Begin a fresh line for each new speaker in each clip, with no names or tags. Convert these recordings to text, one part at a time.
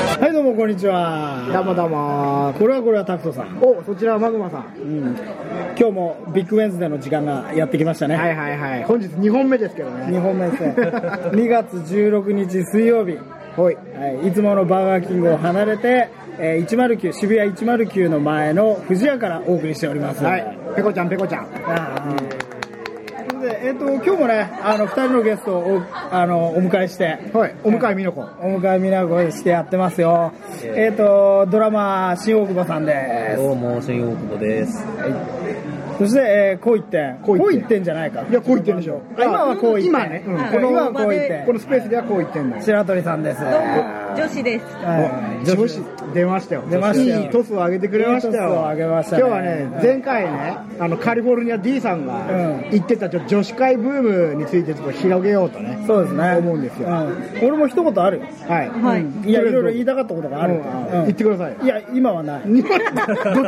んにちは
どうもどうも
これはこれはタクトさん、
おそちらはマグマさん
うん、今日もビッグウェンズデーの時間がやってきましたね、
はいはいはい本日2本目ですけど
2
ね
本目です ね2月16日水曜日、
はい
はい、いつものバーガーキングを離れて、えー109渋谷109の前の富士屋からお送りしております
はいペコちゃんペコちゃん
あーということでえー、と今日もねあの2人のゲストをおあのお迎えして
はいお向かい美濃子
お迎えみなごしてやってますよ。えっ、と、ドラマー、新大久保さんです。
どうも、新大久保です。
そして、えー、こう言ってん。こ
こう
う
言
言
っ
っててんじゃないか。
いやこう言ってるでしょ
あ今はこう言ってん。
今ね、うんこ
この
の
今はこう言って
こ
ん。
のスペースではこう言ってんのよ
白鳥さんです。
どうも女子です。
はい
女子出ましたよ
出ましたよ
いいトスを上げてくれましたよ
いいトスを上げましたね
今日はね前回ねあのカリフォルニア D さんが
うん
言ってたちょ女子会ブームについてちょっと広げようとね
そうですね。
思うんですよ
ん俺も一言あるよ。
はい、
はい。
いや、いろいろ言いたかったことがあるから。
うん
うん
言ってくださいよ
いや、今はない。
ど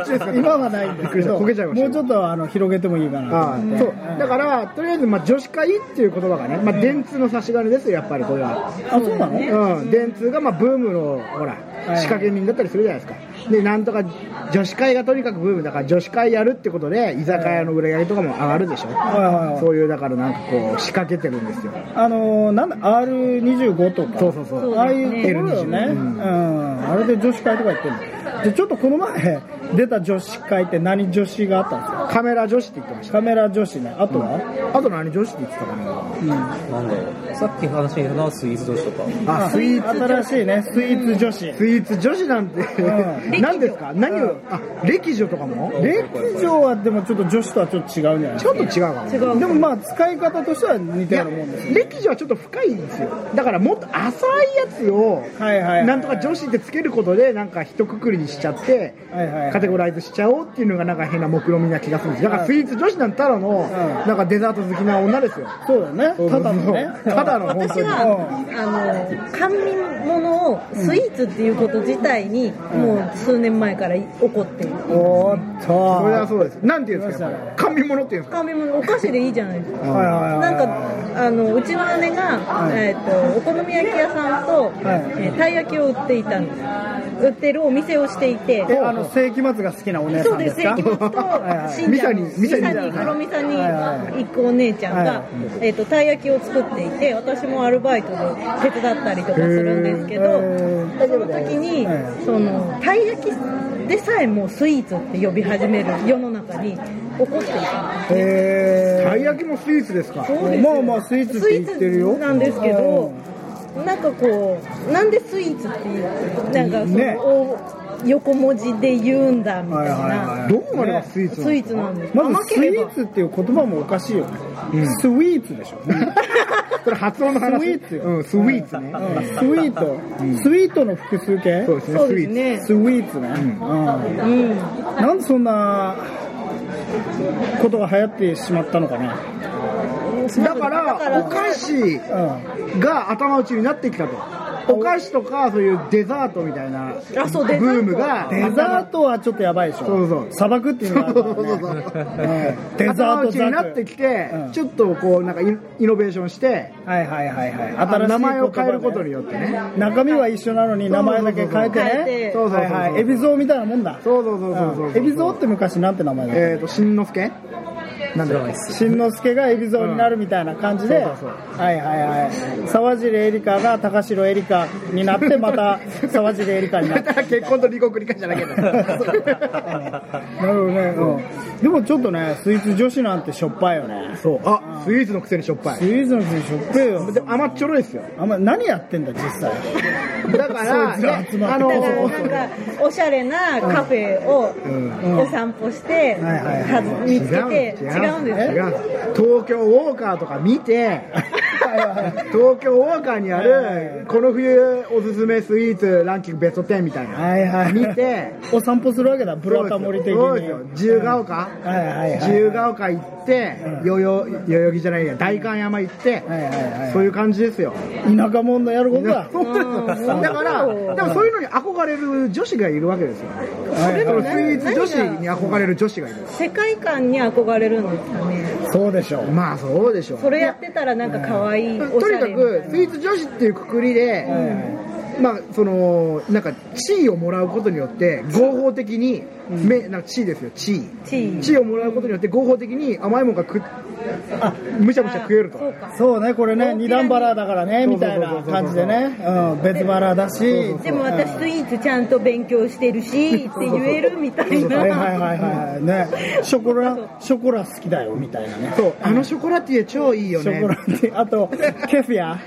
っちですか
今はないんですけど、
びっくりした焦げちゃいました
もうちょっとあの広げてもいいかなと
あ
思って
あそうだからとりあえず、まあ、女子会っていう言葉がね、まあ、電通の差し金ですよやっぱりこれは、
あ、そうなの
うん、電通がまあブームのほら
い
仕掛け人だったりするじゃないですかでなんとか女子会がとにかくブームだから女子会やるってことで居酒屋の売り上げとかも上がるでしょ
はいはいはい
そういうだからなんかこう仕掛けてるんですよ
あのー、なんだ R25 とか
そうそうそう
ああいうところよ
L25
ね、うんあれで女子会とか言ってるのでちょっとこの前出た女子会って何女子があったんですか
カメラ女子って言ってました
カメラ女子ねあとは、
あと何女子って言ってたかな
なんだろう。さっき話に出たのはスイーツ同士とか。
あスイーツ
新しいねスイーツ女子、
スイーツ女子なんて、
う
何ですか何を、あ歴女とかも
歴女はでもちょっと女子とはちょっと違うんじゃない
ちょっと違うかな
違う
でもまあ使い方としては似
い
たよ
や
うなもんですよ
歴史はちょっと深いんですよだからもっと浅いやつを
はいはいはい
なんとか女子ってつけることでなんか一括りにしちゃって
はいはいはい
カテゴライズしちゃおうっていうのがなんか変な目論みな気がするんですだからスイーツ女子なんてただの
ん
なんかデザート好きな女ですよ
そうだよねただのね
ただの本当
私
に
は、あの、甘味物をスイーツっていうこと自体に、もう数年前から怒っている。
おーっと
それは
は
そうですなんていうんですか
どうした
甘味物っていうんですか
甘味物、お菓子でいいじゃないですか。
いはいはい
なんか、あの、うちの姉が、えっと、お好み焼き屋さんと、
い
えーたい焼きを売っていたんです。売ってるお店をしていて、
えあの世紀末が好きなお姉
そ
さ
うんで、
ですすか
関木松と
はいはい、
しんちゃんの、
ミサにミサに
ミサに、黒ミサに
はいは
行くお姉ちゃん
はい
が
は、
えっと、たい焼きを作っていて、私もアルバイトで手伝ったりとかするんですけど
へー、
その時に
は、
その、たい焼きでさえもうスイーツって呼び始める世の中に怒っていた。
え
たい焼きもスイーツですか
そうです
まあまあスイーツって言ってるよ
スイーツなんですけど、なんかこう、なんでスイーツっていう、なんかそ
ね
の、お横文字で言うんだみた
はい
い
はいはい
な。
どこまでがスイーツな
ス
ん
イ
で
ー
す
ツなんです。
ま
甘
ずス
けれ
イ
ば
ーツっていう言葉もおかしいよね、スイーツでしょ、
かそれ発音の話
スイーツよ
うんスイーツね
うんスイート、スイートの複数形
そうですね
そう
スイ
で
ー
す
ツ
ね。
スイーツね、うんなんでそんなことが流行ってしまったのかな、
だからお菓子
う
が頭打ちになってきたとお菓子とかそういうデザートみたいなブ
あそうデザート
ームが
ん、デザートはちょっとやばいでしょ
そうそう
砂漠っていうのがあるからねうんデザー
頭打
ト
ち
ザ
になってきて、ちょっとこうなんかイイノベーションして
はいはいはいはい
あの
新しい
名前を変えることに
よ
よってね
中身は一緒なのに名前だけ変えてね
変えて
そうそうそうそう、
はいはい、エビゾウみたいなもんだ。
そうそうそうそうそう
エビゾウって昔なんて名前だった
えーとしんのすけなんだろう
しんのすけがエビゾウになるみたいな感じで、
うんそうそう
はいはいはい。沢尻エリカが高城エリカになって、ま た沢尻エリカにな
だ
って。
から結婚と離婚繰り返しじゃなきゃいけない
なるほどね、うん。でもちょっとね、スイーツ女子なんてしょっぱいよね。
そうあスイーツのくせにしょっぱ
ス
い
イーツの女子しょっぱいよ。
でも甘っちょろいですよ
あんま何やってんだ、実際。
だから
そうですね
ねあ
だ
の
からなんかおしゃれなカフェを
ん
お散歩して
はいはい
はず見つけ
違
て
う
違うんですよ。
違う東京ウォーカーとか見て東京ウォーカーにあるこの冬おすすめスイーツランキングベスト10みたいな
はいはい。
見て
お散歩するわけだ、ブロタモリ的に。
そうですよ自由が丘
はいはいはい
自由が丘行って代々代々木じゃないや代官山行って
はいはいはい
そういう感じですよ
田舎者のやることだ。
そうですよだからでもそういうのに憧れる女子がいるわけですよそれのスイーツ女子に憧れる女子がいる
世界観に憧れるんですかね。
そうでしょう。
まあそうでしょう
それやってたらなんか可愛いおし
と
ゃ
にか
れみたい
く
な
スイーツ女子っていうくくりで、まあそのなんか地位をもらうことによって合法的に、めなんか地位ですよ地位
地位
地位をもらうことによって合法的に甘いもんが食っむしゃむしゃ食えると
そうか
そうね、これね、二段バラだからね、
そう
み
そう
た
そう
い
そう
な感じでね、うん、別バラだし、
でも私スイーツちゃんと勉強してるしって言えるみたいな
はいはいはいはい、ね、ショコラ、ショコラ好きだよ、みたいなね。
そうあのショコラティエ超いいよ
シ
ね
ョコラって、あと、ケフィア。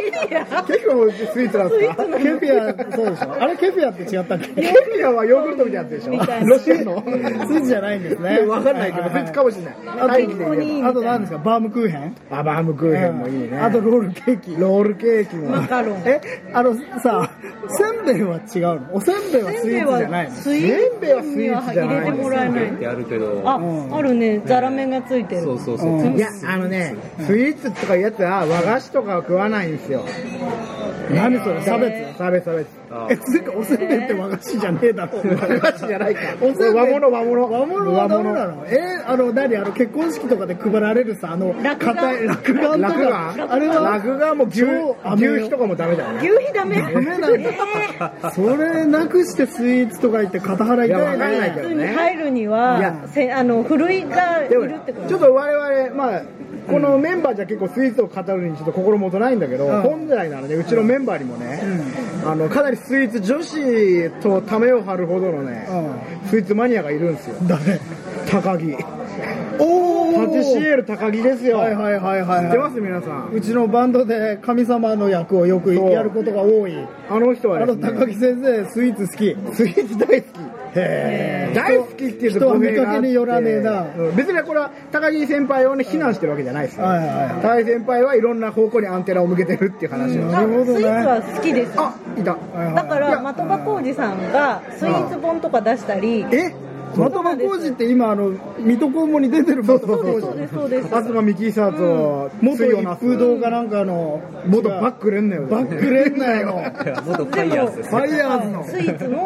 結構スイーツなんですか
ケフィア、そうでしょ。あれケフィアって違ったっけ
ケフィアはヨーグルトみたいなやつでしょ
みたいな
ロシアの
スイーツじゃないんですね。
わかんないけど、
は
別
は
かもしれない。
は
大
い
気
ここ
で。
に
あと、あと何ですか、バームクーヘン
あ、バームクーヘンもいいね。
あと、ロールケーキ。
ロールケーキも。
マカロン
え、あのさ、せんべいは違うのおせんべいはスイーツじゃないの
スイー
せんべいは
ツ
スイ
には
ーツじゃ
入
な
れ
い
ても
の
らえな
麺っ
い
てあるけど、
あ、あるねざらめがついてる
そうそうそう。
うん
いや、あのね、スイーツとかいうやつは和菓子とかは食わないんですよ。
何それ、差別。
差別差別。
あ
え、つうか、おせんべいって和菓子じゃねえだろ。
和菓子じゃないか。
おせんべい
和物和物。
和物はダメなのえあの、何あの、結婚式とかで配られるさ、あの、
落雁
硬い落眼と
落
か。あれ
眼
は、
落眼も牛、
超甘いよ
牛皮とかもダメだよね。
牛皮ダメダメなんだ
それなくしてスイーツとか言って肩腹
いや
痛
わ
い
かんない
ね
けど
に入るにはい
や
せあの古いがい
でも
るってこ、
ちょ
と
っと我々、まあ、このメンバーじゃ結構スイーツを語るにちょっと心もとないんだけど、
うん
本来ならね、うちのメンバーにもね、あの、かなりスイーツ女子とためを張るほどのね、スイーツマニアがいるんですよ。
誰
高木。
お
パティシエール高木ですよ。
はいはいはいはい、
知ってます皆さん。
うちのバンドで神様の役をよく
そう
やることが多い
あの人
あ
は
の
ですね、
高木先生スイーツ好きへ
スイーツ大好き。
え
大好きっていうと
人は
語弊が
見か
あって
けによらねえな
うん別にこれは高木先輩をね、非難してるわけじゃないですよ。
はいはいはい
高木先輩はいろんな方向にアンテナを向けてるっていう話を。
なるほどね
スイーツは好きです
あ、いた。
だか
いや
ら的場浩二さんがスイーツ本とか出したり
え
的場浩二って今あの水戸黄門に出てるそう
そうそう
そうですそうです
東美紀久と
元
水曜
一
那
風
須
堂かなんかの
元バックレンだよ
バックレンなよ
元ファイヤーズですね。
ファイヤーズの
スイーツの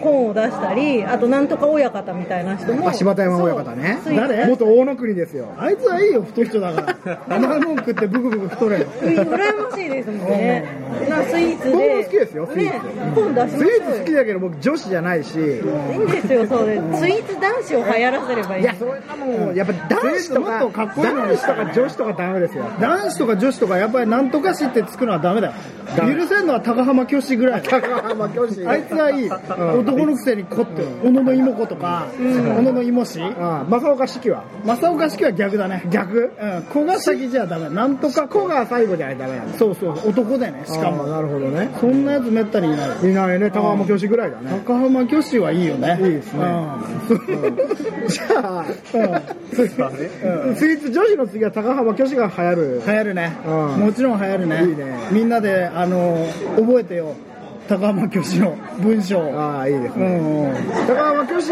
本を出したりあとなんとか親方みたいな人も
あ柴田山親方ね
そうスイーツ
誰
元大野国ですよ
あいつはいいよ太っちょだ からあんなもん食ってブクブク太れよ
羨ましいですもんね。なスイーツで。
僕も好きですよスイーツ
ね、本出し
スイ
ましょう
ーツ好きだけど僕女子じゃないし
よ。いいんですよ、それ。スイーツ男子を流行らせればいい。
いやそれはもうやっぱ男子とか
もっとかっこいいのに
男子とか女子とかダメですよ
男子とか女子とかやっぱりなんとかしってつくのはダメだよ
ダメ
許せんのは高浜虚子ぐらいだよ
高浜教師
あいつはいい、男のくせにこって、小野の妹子とか、小野の妹子、
あ正岡子規は
正岡式は逆だね。
逆
うん、子が先じゃダメ。なんとか子
子
が、
が最後じゃないとダメなんです
そうそう、男でね、しかも。
なるほどね
そんなやつめったにいないよ。
いないね高浜教師ぐらいだね
高浜虚子はいいよね。
いいですね
うん。うん
じゃあスイーツ女子の次は高浜教師が流行る
流行るね、
うん
もちろん流行るね
いいね
みんなであの覚えてよ高浜虚子の文章を
ああいいです
う
ね
んうん
高浜教師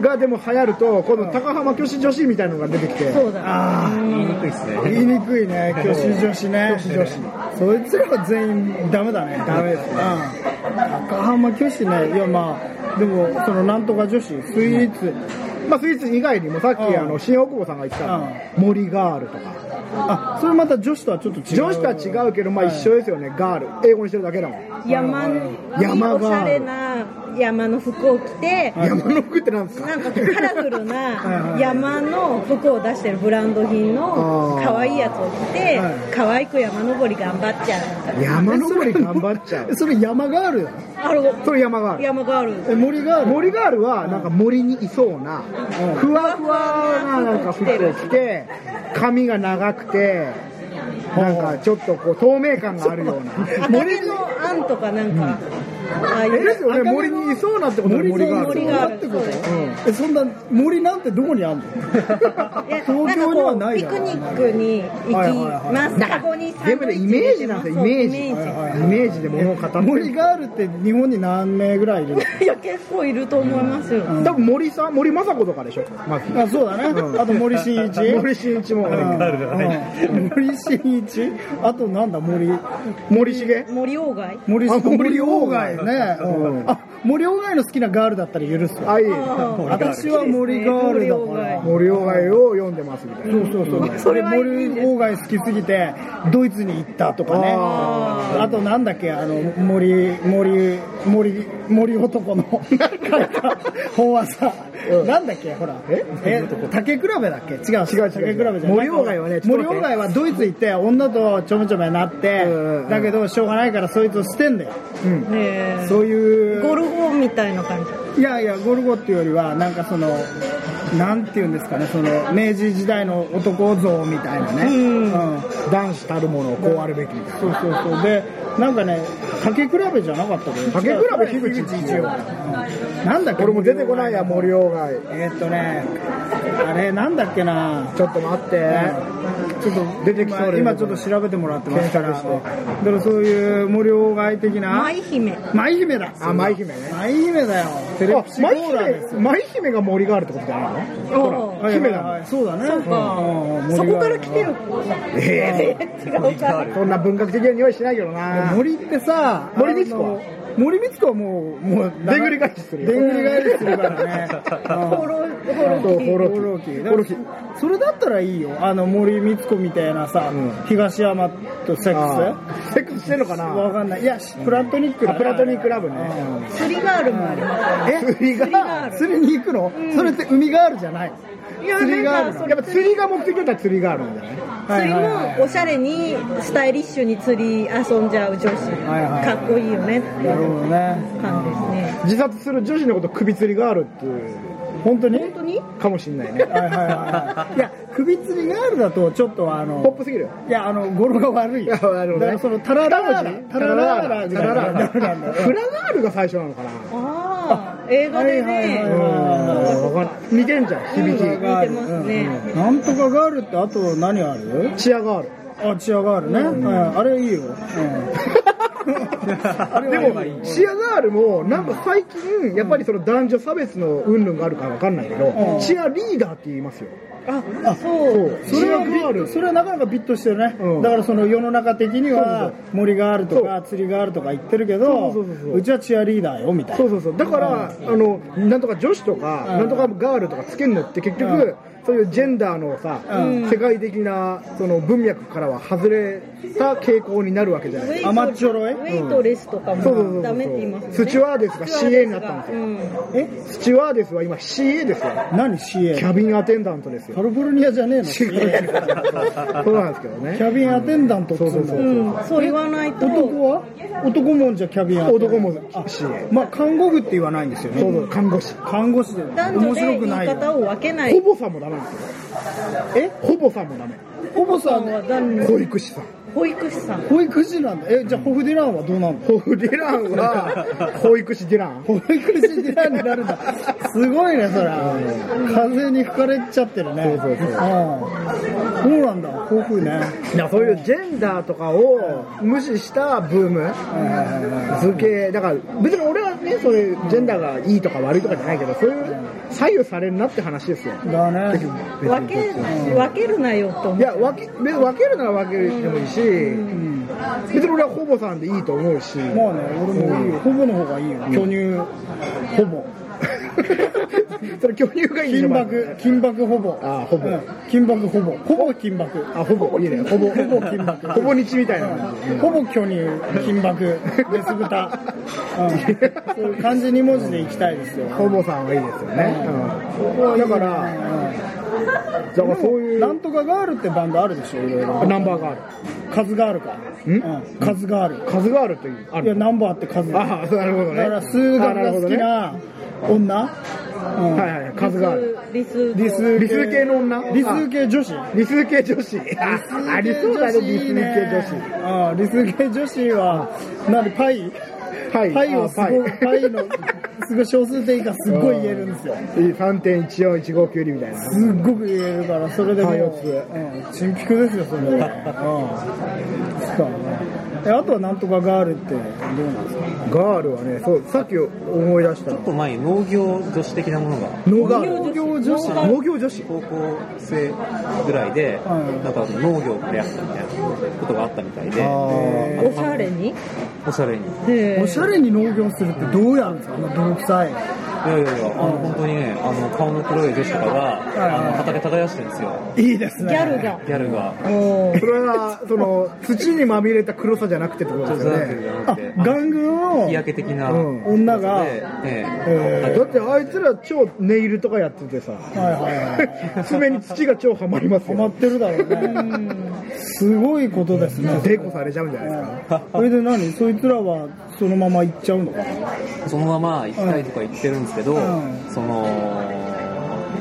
がでも流行ると今度高浜教師女子みたいなのが出てきて
そうだ。
ああ
言いにくいですね。
言いにくい ね虚子女子ね虚子女子そいつらは全員ダメだね
ダメですね
うん、高浜虚子ねいやまあでもそのなんとか女子スイーツ
まあスイーツ以外にもさっき
うん
あの新大久保さんが言ってた森ガールとか
あそれまた女子とはちょっと違う
女子とは違うけどまあ一緒ですよねガール英語にしてるだけだもん
山に、
山が
おしゃれな山の服を着て、
山の服ってなんですか
なんかカラフルな山の服を出してるブランド品の
あー
可愛いやつを着て
はい、
可愛く山登り頑張っちゃう。
山登り頑張っちゃう
えそれ山ガールだよ
あれ、
それ山ガール
山がある。
え森ガール
森ガールはなんか森にいそうなふわふわななんか服を着て髪が長くてなんかちょっとこう透明感があるような
森のあんとかなんか、ああい
えです
う。
よね森にいそうなってことだよ
森
森
が
があ
あ
る
る
森
と
があ
って
る。
こと
そうです
えそんな森なんてどこにあんの
東
東京にはない
ピ
だ
ク
ろうね
ニックに行きます。カゴにサ
全
ン
部
ド
ね
イ
イ
ッチ入
メ
れ
ージ
て
なん
ま
ですすよイメージ
そうイメー
イメージで物を語って
森ガールって日本に何名ぐらいいるの
ジいや結構いると思いますよ。
多分森さん森雅子とかでしょまず
あそうだね、あと森進一
森進一も
うん
ガールじゃない
うん森進一あとなんだ森
森重
森鴎外
森
あ森鴎外
ね、うんあ森鴎外の好きなガールだったら許すわ
あいい
私は森ガールだから
森鴎外を読んでますみたいな
そうそう そう。
それはいい
俺
ん
森
です
鴎外好きすぎて、ドイツに行ったとかね。
あ
あとなんだっけ、あの、森、森、森、森男の書いた本はさ、なんだっけ、ほら。
え
え竹比べだっけ違う。
違う違う
竹比べじゃない。
森鴎外はねちょっと待って
森鴎外はドイツ行って、女とちょめちょめになって
うんうんう、ん
だけどしょうがないからそいつを捨てんだよ。
うん
ね
そういう。
ゴルゴみたいな感じ
いやいや、ゴルゴっていうよりは、なんかその、なんていうんですかね、その、明治時代の男像みたいなね。
うん
うん
男子たるものをこうあるべきみたい
そうそうそう。で、なんかね、竹比べじゃなかったけど、
竹比べ樋口一葉
葉。なんだっけ
な俺も出てこないや森鴎外
えーっとね、あれ、なんだっけな。
ちょっと待って
ちょっと
出てきそうで
今今ちょっと調べてもらってますから。だ
検
からそういう無料外的な。
舞姫
舞姫だ。
あ舞姫ね
舞姫だよ。
あ
テレプシゴ
舞
ーラーです
姫舞姫が森があるってことじゃないの
ほ
はい
姫
は
ないの
はいそうだね。う
そう
んうん
かそこから来てる
え
違うか
えそんな文学的な匂いしないけどな
森ってさ、
森光子は
あの森光子はもう、もう、
でんぐり返しするよ
でんぐり返しするからね。
ホロホロ
そう放浪記
放浪記
放浪記
それだったらいいよ。あの、森光子みたいなさ、
うん
東山とセック
あーセックスしてんのか
ス
な
わかんない。いや、プラトニックだ
あ
ね
プラトニックラブね
釣りガールもあります
あれえ、釣り
が
釣りに行くの、それって海ガールじゃない。
いや
釣りガール
なんかそ
や
れ
っぱ釣りが目的だったら釣りがあるんじゃない
釣り
はいはいはい
もおしゃれにスタイリッシュに釣り遊んじゃう女子
はいはい
かっこいいよねってい
なるほど
う
ね。
感じですね
自殺する女子のこと首吊りがあるっていう
本当に
本当に
かもしんないね
はいはいはいはい。いや、首吊りガールだと、ちょっとあの、
ポップすぎるよ
いや、あの、語呂が悪い。
いやなるほどね
だからその、タララララ、タララララ、
タラララ
タラララ
フラガールが最初なのかな
ああ映画
はい
で
はいはい
ね
うんわかんない似てんじゃん響
似
き
てますね
なんとかガールって、あと何ある
チアガール
あ、チアガールね。はいあれいいよ。うんあれ
で
はいい
もチアガールもなんか最近やっぱりその男女差別の云々があるからわかんないけど
うん
チアリーダーって言いますよ
あそう
それはビ
チアガー
ッ
ル
それはなかなかビットしてるね、
うん
だからその世の中的には森があるとか
そ
釣りがあるとか言ってるけど
そうそうそうそう
ちはチアリーダーよみたいな
そうそうそうだからあのなんとか女子とか
ん
なんとかガールとかつけるのって結
うん
局そういうジェンダーのさ
うん
世界的なその文脈からは外れた傾向になるわけじゃない
甘っちょろい
ウェイトレスとか
そうそうそうそ
も
う
ダメって言いますよね
スチュワーデスが CA になったんですよ
よ
え
スチュワーデスは今 CA ですよ
何
キ
CA
ャビンアテンダントです
カ
よ
ルフォルニアじゃねえの
違う違うそうなんですけど
キ
ね
ャビンアテンダントっつう
そうそうそう
の
うんそう言わないと
男は男もんじゃキャビンアテンダント
男も
あ
CA
まあ看護婦って言わないんですよね
そうそう看護師
看護師で
男
面
女で
白
言
く
い
ないよ
方を分けない
ほぼさんもダメなんですよ
え
ほぼさんもダメ
おぼさん
は男女
保育士さん
保育士さん
保育士なんだえじゃあホフディランはどうなんだ
ホフディランは保育士ディラン
保育士ディランになるんだすごいねそれ風に吹かれちゃってるね
そうそうそう
うんそうなんだホフね
いやそういうジェンダーとかを無視したブーム図形だから別に俺はねそういうジェンダーがいいとか悪いとかじゃないけどそういう左右されるなって話ですよ
だね
分け分けるなよと
い
思う
や分け別に分けるなら分けるでもいいし別に俺はほぼさんでいいと思うし
まあね俺もいいよほぼの方がいいよ巨乳ほぼ
それ巨乳がいい
金
のもある
箔金箔ほぼ
あほぼ
うん金箔ほぼほぼ金箔
あほぼいいねほぼ
ほぼ金箔
ほぼ日みたいな感じ
ほぼ巨乳、金箔、別豚、うん、そういう漢字2文字でいきたいですよ。
ほぼさんはいいですよね、うんだからだからそういう
なんとかガールってバンドあるでしょ、いろいろ。
ナンバーガー
カズガールか。うん。カズガー
ル数があるというあ
ル。いや、
る
ナンバーってカズだ。
ああなるほどね
だから、スーダンが好き
あ
な女。
なるほどねはいはい数がある
リス
理数理数系の女
理数系女子。
あ理数系女子あありそうだね理数系女子
子。ああ、理数系女子は、なに、パイ
パイ
パイを
あ
すごい、パイの、すごい小数点以下すっごい言えるんですよ。
いい3.14159みたいな
すっごく言えるから、それでもう、
開発
うん、チンピクですよ、そ れで。うん。そうだねえ、あとはなんとかガールって、どうなんですか
ガールはねそうさっき思い出した
ちょっと前に農業女子的なものが
のが
農業女子
業女子
農
農業女子
高校生ぐらいで、
うん
なんか農業を増やしたみたいなことがあったみたいで、
あ
おしゃれに
おしゃれに。い
おしゃれに農業するってどうやるんですかあの泥臭い
やいやいや、あの、本当にね、あの、顔の黒い女子とか
い
が、あの、畑耕してるんですよ。
いいです
ギ
ね
ャルが
ギャルが。
おー
それはその土にまみれた黒さじゃなくてってこと
ちょ
で
っ
す
と
よ
なんていう
ね
あ
んじゃなくて、
玩具の
日焼け的な。
うん
女が
でええ
え
だってあいつら超ネイルとかやっててさ
ーはいはいはい
爪に土が超はまります
ハマっ
よ
てるだろうねすごいことですね
デコされちゃうんじゃないですか
それで何そいつらはそのまま行っちゃうのかな
そのまま行きたいとか言ってるんですけど、
うん
その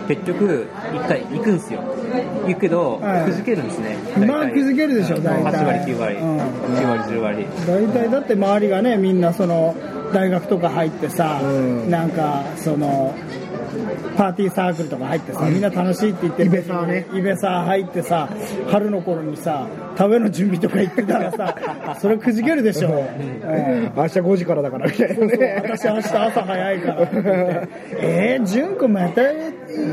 結局一回行くんですよ行くけど、
うん
くじけるんですね
まあくじけるでしょ大
8
体
割9割、
うん
9割10割
大体だって周りがねみんなその大学とか入ってさ、
うん
なんかそのパーティーサークルとか入ってさ、みんな楽しいって言って
イベサーね
イベサー入ってさ春の頃にさ食べの準備とか行ってたら さそれくじけるでしょ、うん
明日5時からだからみたいなね
私明日朝早いからって言 ってえー、純子また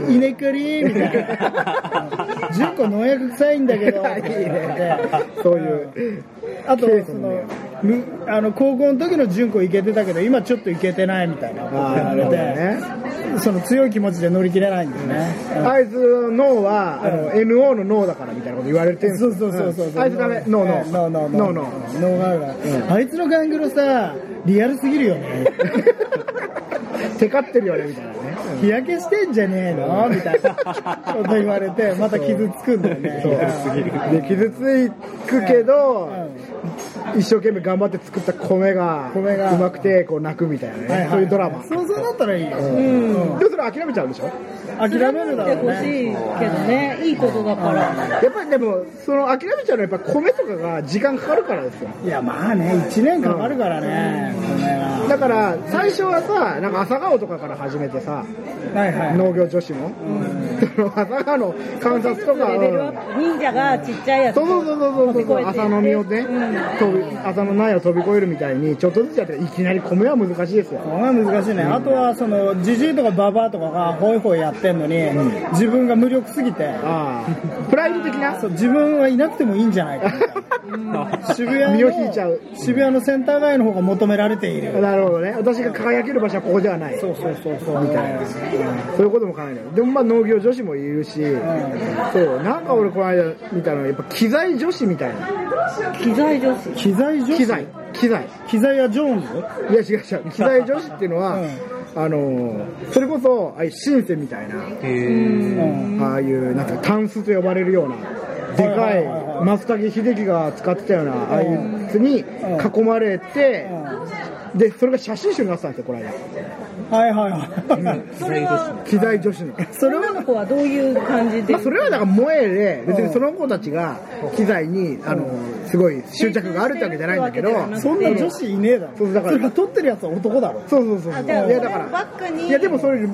稲刈りみたい な純子農薬臭いんだけどって言って
そういう
あと
ケース
そ
も
の
ね
むあの高校の時の純子行けてたけど今ちょっと行けてないみたいなこと
あーな
な
るほ
の
ど
で、
ね
その強い気持ちで乗り切れないんだよね、
あいつの脳はあの NO の脳だからみたいなこと言われてるんです
そ
よ
うそうそうそう、
んあいつダメノーノー
ノーノ
ノ
ー
ーノ
ノ
ー
ーノーがあるからあいつのガングロさリアルすぎるよね
テカってるよねみたいなね
日焼けしてんじゃねえのみたいなこと言われてまた傷つくんだよね
で傷つくけど一生懸命頑張って作った米が
米が
うまくてこう泣くみたいな
は
ねそういうドラマで
想像だったらいいよ、
もそれ諦めちゃうんでしょ
諦めるだろう
貫い
ね
てほしいけどねいいことだから
やっぱりでもその諦めちゃうのはやっぱ米とかが時間かかるからですよ
いやまあね1年かかるからね、は
だから最初はさなんか朝顔とかから始めてさ
いはい
農業女子もその朝顔の観察とか
レベルア
うん
ップ忍者がちっちゃいやつ
そうそうそうそうそうそう朝飲みをね、
うん
飛び朝の苗を飛び越えるみたいにちょっとずつやっていきなり米は難しいですよ
これは難しいね、あとはそのじじいとかばばあとかがホイホイやってんのに、自分が無力すぎて
ああプライド的な
そう自分はいなくてもいいんじゃないかみたいな渋谷
身を引いちゃう
の渋谷のセンター街の方が求められている
なるほどね私が輝ける場所はここではない
そうそうそうそうみたいな
そういうことも考えないでもまあ農業女子もいるし、そうなんか俺この間見たのやっぱ機材女子みたいな
機材女子
機材女子
機材機材
機材屋ジョーンズ
いや違う違う機材女子っていうのは、あのーそれこそああいうシンセみたいな
へえ
ああいうなんかタンスと呼ばれるようなでか
はいは
い
いはい
松竹秀樹が使ってたようなああいうやつに囲まれてでそれが写真集になってたんですよこの間
はいはいはい
それは
機材女子の。
それ
女の子はどういう感じで
まあ、それはだから萌えで別にその子たちが機材にあのすごい執着があるってわけじゃないんだけど
うん
そう
そんな女子いねえだろ
そうだから
れ撮ってるやつは男だろ
そうそうそう
あ
い
じゃあ
やだか
それをバック
ら
に
いやでもそういう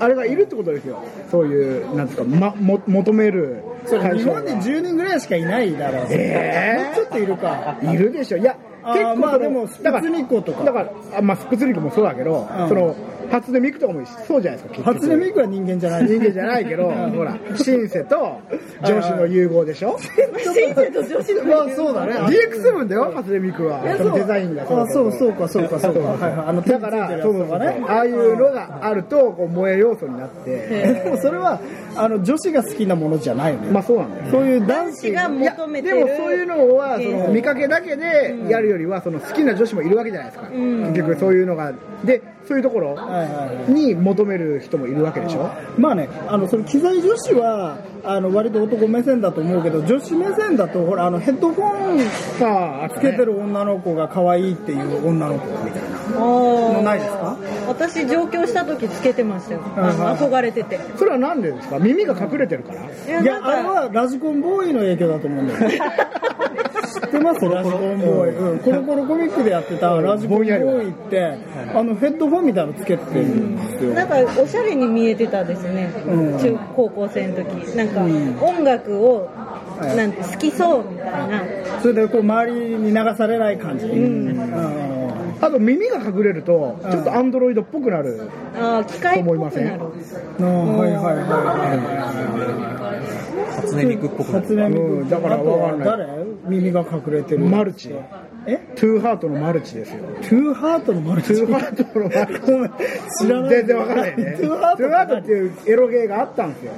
あれがいるってことですよそういうなんですか、ま、も求める
それ
対
日
象
本
が
で10人ぐらいしかいないだろう
えー
もうちょっといるか
いるでしょいや
あー
結構その
まあでも
だら
スプツニコとか
だからあまあスプツニコもそうだけど、
うん
その初音ミクとかもそうじゃないですか結局
初音ミクは人間じゃない
人間じゃないけどほらシンセと女子の融合でしょ
先生と女子 の
まあそうだね
DX7 だよ初音ミクは
やそ
そ
う
のデザインが
あそうそうかそうかそうかはいはいあの
だから
手について
そう
るやつ
そうそ
とか
う
ね
ああいうのがあるとこう萌え要素になって
えでもそれはあの女子が好きなものじゃないよね、
まあそうなんだよ
そういう男
子
子
が
いや
求めて
で
る
もそういうのはその
うん
見かけだけでやるよりはその好きな女子もいるわけじゃないですか結局そういうのがでそういうとこ
は
ろ
いはいはい
に求める人もいるわけでしょ
まあね、あのその機材女子はあの割と男目線だと思うけど女子目線だとほらあのヘッドホン
さあ
つけてる女の子が可愛いっていう女の子みたいな
ああ
ないですか
私上京した時つけてましたよあの憧れてて
それはなんでですか耳が隠れてるから
いや
い
な
や
ん
あれ
か
はラジコンボーイの影響だと思うんだよ知ってますラジコンボーイ、うん、コロコロコミックでやってたラジコンボーイってあのヘッドホンみたいなのつけてるんですよ、
なんかおしゃれに見えてたですね、
うん
中高校生の時なんか音楽をなんて好きそうみたいな、
それでこう周りに流されない感じ、うん
あと耳が隠れるとちょっとアンドロイドっぽくなる
ああ機械っぽくなる
思
あーはいはいはい
初音ミクっぽくな
初
る。
音ミク、
うんだからわかんない
あとは誰耳が隠れてる
マルチ
え
トゥーハートのマルチですよ
トゥーハートのマルチ
トゥーハートのマルチ
ごめん 知らない
全然わからないね
トゥーハート
トゥーハートっていうエロゲーがあったんですよ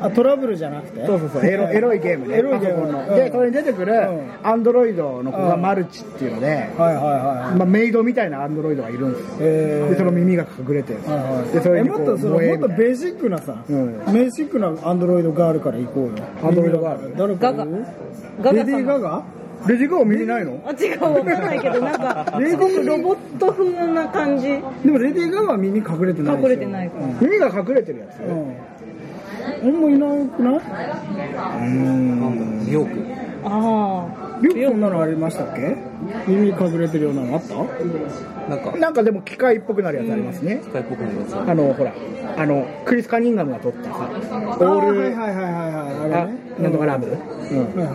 あトラブルじゃなくて
そうそうそう、 エロエロいゲームね、
エロいゲー
パ
ム
ソコンの。
うん
で、それに出てくる
うん、
アンドロイドの子が
うん
マルチっていうので、
はいはいはいはい
まあ、メイドみたいなアンドロイドがいるんですよ。
えー
で、その耳が隠れてる
はいはい
で、それ
え
に
も
こ
っと
う、
その
萌え
もっ
み
と
たいな
ベーシックなさ、
うん
ベーシックなアンドロイドガールから行こうよ
アンドロイドガール
誰かいる
ガガ
レディー・ガ
ガ
ガ
レジガー耳ないの
あ違うわかんないけどなんか
レディ
す
ー
ごくロボット風な感じ
でもレディー・ガガは耳隠れてないですよ
隠れてないから
耳が隠れてるやつ
うん、うんあんまいなくない
なんだろう美容区。
あ
リュックこんなのありましたっけ耳隠れてるようなのあった
なんか、
なんかでも機械っぽくなるやつありますね。
機械っぽくなるやつ。
あの、ほら、あの、クリス・カニンガムが撮ったさ、
オ
オー
はい
ル、
はいはいはいはいあ
あ
れね
なんとかラブ。
はいはいは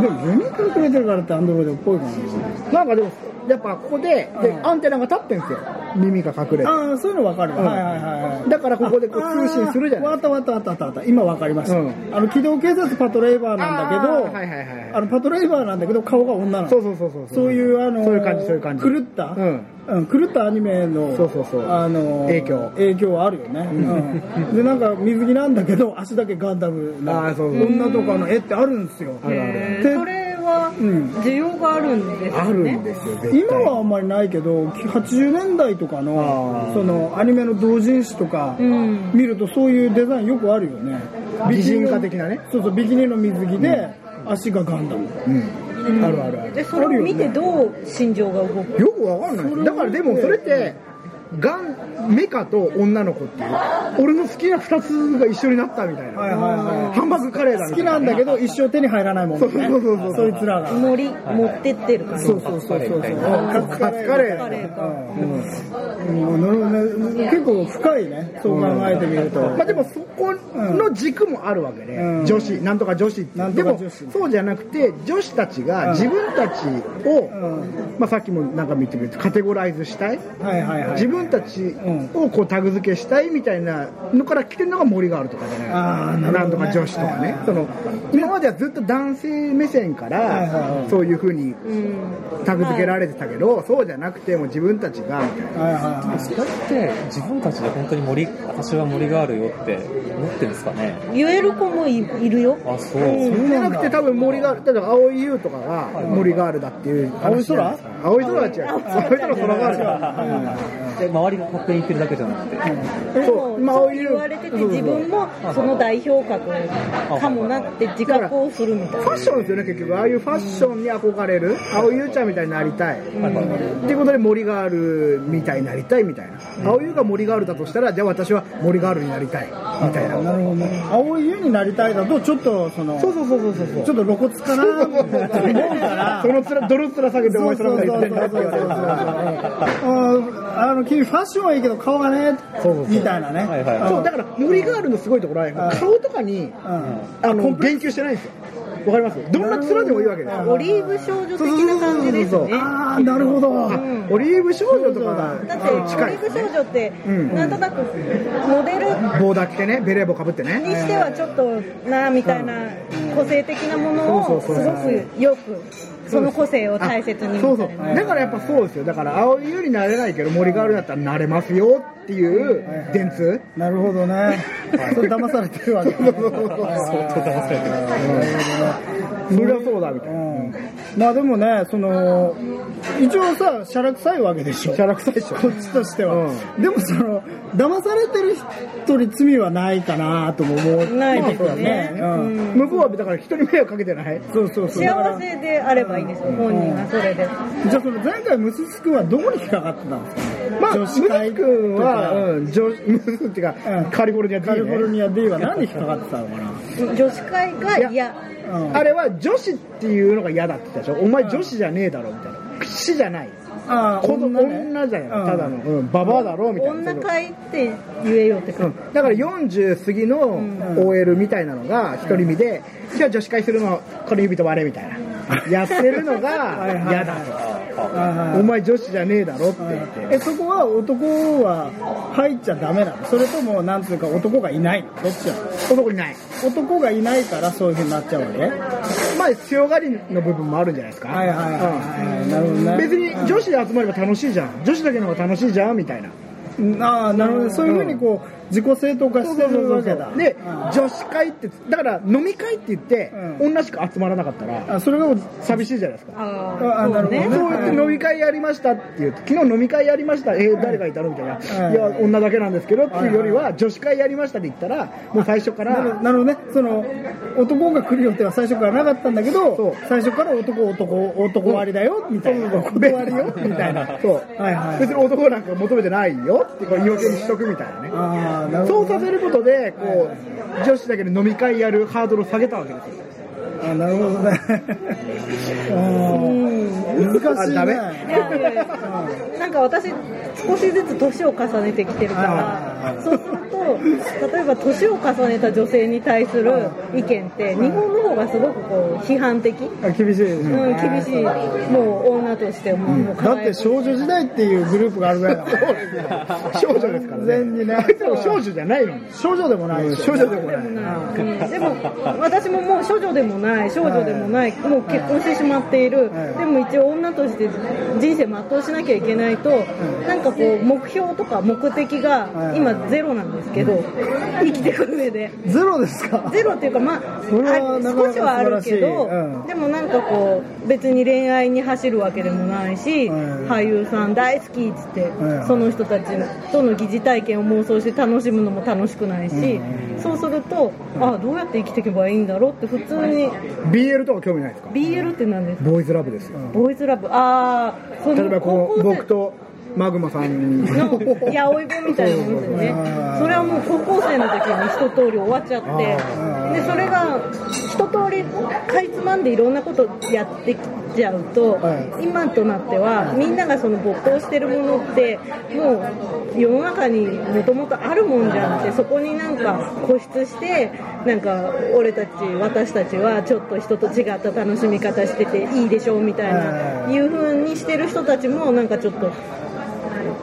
いでも耳隠れてるからってアンドロイドっぽいか
なんかでも、やっぱここで、で
うん
アンテナが立ってんですよ。耳が隠れて。
なああそういうの分かるわ、
うん
はいはいはいはい
だからここでこう通信するじゃな
あーわ
い
かったわかったわかったわかった今わかりました、
うん
あの機動警察パトレイバーなんだけど
あーはいはいはい
あのパトレイバーなんだけど顔が女なの
そうそうそうそう
そういうあのー
そういう感じそういう感じ
狂った、
うん
うん狂ったアニメの
そうそうそう
あのー
影響
影響はあるよね、うんでなんか水着なんだけど足だけガンダムな
あーそうそう
女とかの絵ってあるんですよ
あ
るある
へ
で
ーそれは
うん
需要があるんです
あ
よ
るん
ね
ですよ、絶対
今はあんまりないけど80年代とか
あ
の
ー
そのアニメの同人誌とか
うん
見るとそういうデザインよくあるよね
美人化的なね
そうそうビキニの水着で足がガンダム
うん、あるあるある
でそれを見てどう心情が動く
よくわかんないですだからでもそれってガンメカと女の子っていう俺の好きな2つが一緒になったみたいな、
はいはいはい
ハンバーグカレーだ
好き
みたいな
なんだけど一生手に入らないもんね
そうそうそうそう
そいつらが
ノリ持ってってる感じ
そうそうそうそうそう
カツカレ
カレ
ー
ーか
うんうん結構深いねそう考えてみると
まあ、でもそこの軸もあるわけで、
うん
女子なんとか女子って
なん
で
とか
も
女子
そうじゃなくて女子たちが自分たちを、
う
まあ、さっきもなんか見てくれてカテゴライズしたい、
はいはいはい
自分たちをこうタグ付けしたいみたいなのから来てるのが森があるとかじゃない
あーなる
な
ほ
ん
ど
と
ね
か女子とかね、
はい
その今まではずっと男性目線か
はいはいは
ら
い
そういうふうに
うん
タグ付けられてたけど、そうじゃなくてもう自分たちがみたいな
はいはいはい
だって、自分たちで本当に森、私は森があるよって思ってるんですかね。
言える子もいいるよ
あ、そう。
じゃなくて多分森ガール、例えば青井優とかが森ガールだっていう話じゃないですか。青い空は違う。青い空空ガールだ。
で、周りが勝手に言ってるだけじゃなくて。
でも
まあ
そう言われて
そ
て
うそう
自分もその代表格かもなって自覚をするみたい
ファッションですよね、結局。ああいうファッションに憧れる。青井優ちゃんみたいになりたい。っていうことで森ガールみたいになりたいみたいな。青井優が森ガールだとしたら、じゃあ私は森ガールになりたい。みたいな。
なるほどね青い湯になりたいだとちょっとその
そうそうそうそうそう。
ちょっと露骨かなと思うか
そ
ら
のつら、ドルつら下げてお前そのこと言ってんだって言われる
うんあの君ファッションはいいけど顔がね
そうそうそう
みたいなね、
はいはいは
そう、だから森ガールのすごいところは、顔とかに、
う
あの、言及してないんですよ。わかりますどんな面でもいいわけですよ。
なオリーブ少女的な感じです
そうそうそう
ね
そ
ん、ああなるほど、
あオリーブ少女とか
だって
が
オ
近
リ
い
ーブ少女って
うん
なんとなくモデル
棒だけねベレー帽かぶってね
にしてはちょっとなみたいな個性的なものをす
そう
ご
そうそう
くよくその個性を大切にみた
そう
い
そ
な
うだからやっぱそうですよだから青いよりなれないけど森があるだったらなれますよっていう電通
なるほどねそれ騙されてるわけ、ね、
そうそうそうそう
相当騙されてる。
それはそうだみたいな
うんまあでもねその一応さしゃらくさいわけでしょ
シャラ臭いっしょ
こっちとしては、
う
でもその騙されてる人に罪はないかなとも思う
ないですよ
ね
ね、
うん
うん
向こうはだから人に迷惑かけてない
そうそうそうだから
幸せであればいいですよ本人がそれで
じゃあその前回ムスス君はどこに引っかかってたんですか
まあ
女
ム
子
ズ
会
君
とか
はうん女子ムズっていうか
うん
カリフォルニア
カリフォル
ね
ニア D は何に引っかかってたのかな
女子会が
い
嫌
うん
あれは女子っていうのが嫌だって言ったでしょお前女子じゃねえだろみたいな死じゃない
あー
子供
ね
女じゃないただのうんババアだろみたいな
女会って言えよって
う
感じ
んだから40過ぎの OL みたいなのが独り身で、今日女子会するのこの指と割れみたいな、やってるのが
はいはいはい
嫌だと。
あ
お
ー
前女子じゃねえだろって言って。
えそこは男は入っちゃダメなのそれともなんつうか男がいないのどっちなの
男にない。
男がいないからそういう風になっちゃうわけは
まあ強がりの部分もあるんじゃないですか。
いはいはいはいなるほどね
別に女子で集まれば楽しいじゃん。女子だけの方が楽しいじゃんみたいな。
うんああなるほどねそういう風にこう自己正当化してるわけだ
で、
あ
女子会って、だから飲み会って言って、
う
女しか集まらなかったら、
あそれが
寂しいじゃないですか。
あ
あなるほどね
そうやって飲み会やりましたっていう、昨日飲み会やりました、えー誰がいたのみたいな、
はい
いや、女だけなんですけどっていうよりは、女子会やりましたって言ったら、もう最初か
なる
ら、
なるほどねその男が来る予定は最初からなかったんだけ
そ
ど
う
最初から男男男割だよみたいな断りよみたいな
そう、
はいはい
別に男なんか求めてないよって、こう言い訳にしとくみたいなね。
ああなる
そ
ほ
うさ
どね
せることで、こう、女子だけで飲み会やるハードルを下げたわけですよ。
あなるほどねああ難しい
あダメ
ね
いやいやいやなんか私少しずつ年を重ねてきてるからそうすると例えば年を重ねた女性に対する意見って日本の方がすごくこう批判的、うん、
厳しいですね
厳しいもう女としてももう
だって
しょ
少女時代っていうグループがあるぐらいだから
少女 ですから
完
ね。
全にね
あいつらも少女じゃないのに。
少女でもないし
少女でもない。
でも私ももう処女でもない少女でもないもう結婚してしまっている
はい
でも一応女として人生全うしなきゃいけないとなんかこう目標とか目的が
はい
今ゼロなんですけど生きていく上で
ゼロですか
ゼロっていうかまあ
それは
あ
なかなか
少しはあるけど
素晴らしいうん
でもなんかこう別に恋愛に走るわけでもないし
うん
俳優さん大好きっつって
うん
その人たちとの疑似体験を妄想して楽しむのも楽しくないしそうするとあどうやって生きていけばいいんだろうって普通に
BL とか興味ないですか
BL って何ですか
ボーイズラブですよ。
ボーイズラブああそ
例えばこう、
高校生
僕とマグマさんに。
の 八百屋みたいなものですよねそれはもう高校生の時に一通り終わっちゃってでそれが一通りかいつまんでいろんなことやってきちゃうと、
は
今となってはみんながその没頭してるものってもう世の中にもともとあるもんじゃんってそこになんか固執してなんか俺たち私たちはちょっと人と違った楽しみ方してていいでしょうみたいな
はい
いう風にしてる人たちもなんかちょっと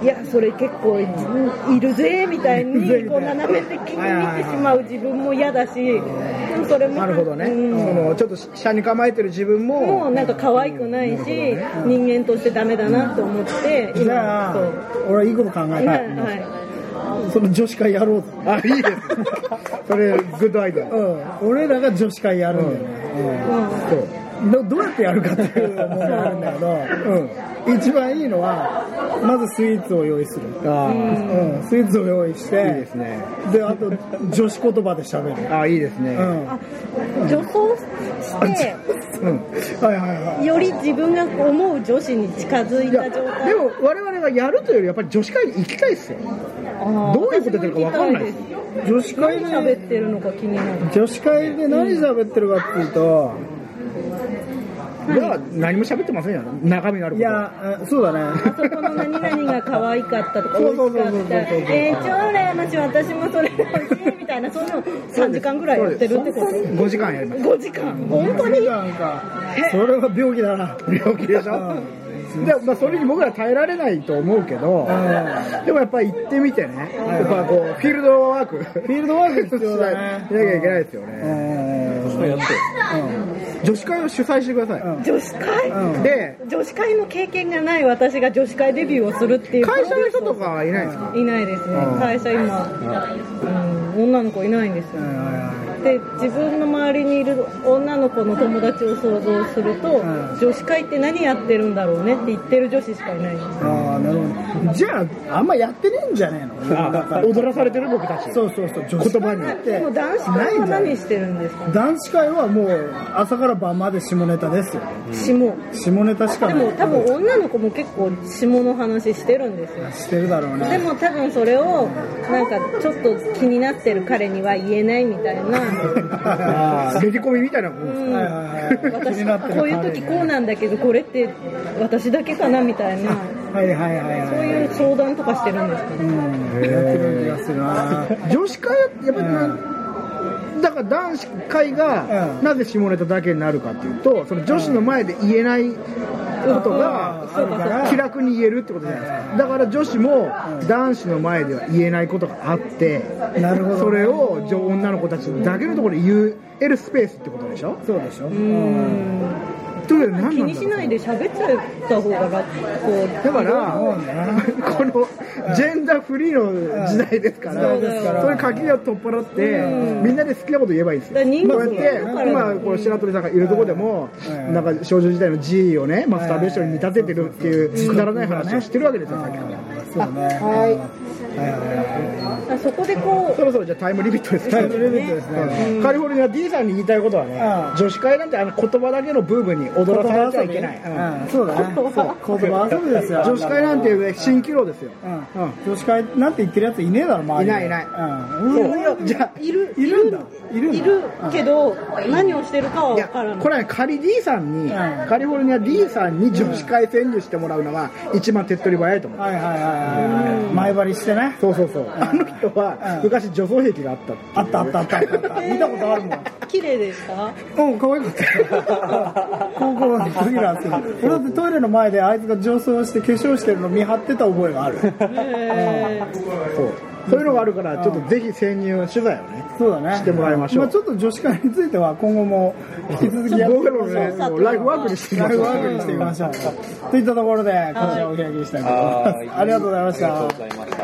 いやそれ結構いるぜみたいにこう斜め的に見てしまう自分も嫌だしでもそれも
なるほどね。そ
うん
の、ちょっと下に構えてる自分
もう
も、
なんか可愛くないし人間としてダメだなと思って
じゃ
今
あ
そう
俺はいいこと考え
今
た、
は
その女子会やろうぜ
あ、いいです。それ、グッドアイデア。
うん俺らが女子会やるんだよね、
いうん
そう。
うんどどうやってやるかっていうのがあるんだけど、うん、一番いいのはまずスイーツを用意する、
あ
うん、スイーツを用意して
あ、いいですね。
であと女子言葉で喋る
ああ、いいです
う
ね。
ん
あ女装して
うん。
はいはいは
より自分が思う女子に近づい
いや、
た
で
状
も
態
我々がやるというより、やっぱり女子会に行きたいですよ。どういうことやってるかわかんないですよ。
い女子会
何
で
喋ってるのか気になる
女子会で何喋ってるかっていうと、
じゃあ、何も喋ってませんよ。中身のあるこ
い
と。
やあそうだね
あそこの何々が可愛かったとか美
そう
味
そう
し
そうそ
か
うそう
ったえー、超羨ましい私もそれが欲しいみたいなそんなの3時間ぐらいやってるってこと
5時間やります。
5時間本当に
なんかそれは病気だな
病気でしょでまあ、それに僕ら耐えられないと思うけど、でもやっぱり行ってみてね、やっぱこう、フィールドワーク、フィ
フィールドワーク必要だね
しなきゃいけないですよね。
うん
やって
女子会を主催してください。
女子会、
うん
で、
女子会の経験がない私が女子会デビューをするっていう
会社の人とかはいないんですか
いないですね
うん
会社今、うん、女の子いないんですよ
はいはい
で自分の周りにいる女の子の友達を想像すると、
ん
女子会って何やってるんだろうねって言ってる女子しかいないんです
ああなるほどじゃああんまやってねえんじゃねえのだか
あ
ら
踊らされてる僕たち。
そうそうそう女子会なん
で
て
も男子会は何してるんですか
男子会はもう朝から晩まで下ネタですよ
下
下ネタしか
で
ない
も多分女の子も結構下の話してるんですよ
してるだろう
で
ね
も多分それをなんかちょっと気になってる彼には言えないみたいな、
あーレディコミみたいなも。
うんん
はいはいはい 気
私
になってる
こういう時こうなんだけどこれって私だけかなみたいな
はいはいはい
そう
はい
いう相談とかしてるんですかね
うんやってる気がするな
女子会はやっぱりな、だから男子会が
うん
なぜ下ネタだけになるかっていうとその女子の前で言えないことが
あるから
気楽に言えるってことじゃないですかだから女子も男子の前では言えないことがあって
なるほど
それを女女の子たちだけのところで言えるスペースってことでしょ
そうでしょ
ということで何なんだろう
気にしないで喋っちゃった方が楽こ
だから
そうね
このジェンダーフリーの時代ですから、
そうですから
そういう垣根を取っ払って、みんなで好きなこと言えばいいんです
だ
よ。
から人数
こうやって、
が多いから
今、この白鳥さんがいるとこでも、
うん
なんか少女時代の G をね、マスターベーションに見立ててるっていう、くだらない話をしてるわけですよ、さっきから。
そうねはいはいはいはい
あそこでこ
そろそろじゃあタイムリミットです
タ
ね
イムリミットですね
うんカリフォルニア D さんに言いたいことはね、
うん
女子会なんてあの言葉だけのブームに踊らされちゃいけない。
うんうんそうだねそう言葉遊びですよ
女子会なんてね蜃気楼ですよ。
う
うん
ん女子会なんて言ってるやついねえだろ周りに
いないいない
うん
ういや
じゃあ
いる
いるんだい
い
る
る
んだ
いるけど何をしてるかはい分
や
からない
これはね仮 D さんに、
うん
カリフォルニア D さんに女子会潜入してもらうのは一番手っ取り早いと思う、
はいはいはいはいはい前張りしてね
そうそうそう、あの人は
うん
昔女装癖があったっていう
あったあったあったあった見たことあるもん
綺麗でした
うん、可愛かった。高校の時なんですけど、俺だってトイレの前であいつが上層して化粧してるの見張ってた覚えがある。
へー
そうそういうのがあるからちょっとぜひ潜入取材をね
そうだね。
してもらいましょう
あちょっと女子会については今後も引き続きやっていき
僕らの
ましょ
ね
う。
もうライフワークにしていきま
ラ
し
イフ
ょう
ワークにしていきましょう。といったところで、こちらをお開きしたいと思います。ありがとうございまし
ありがと
た
うご。ざいました。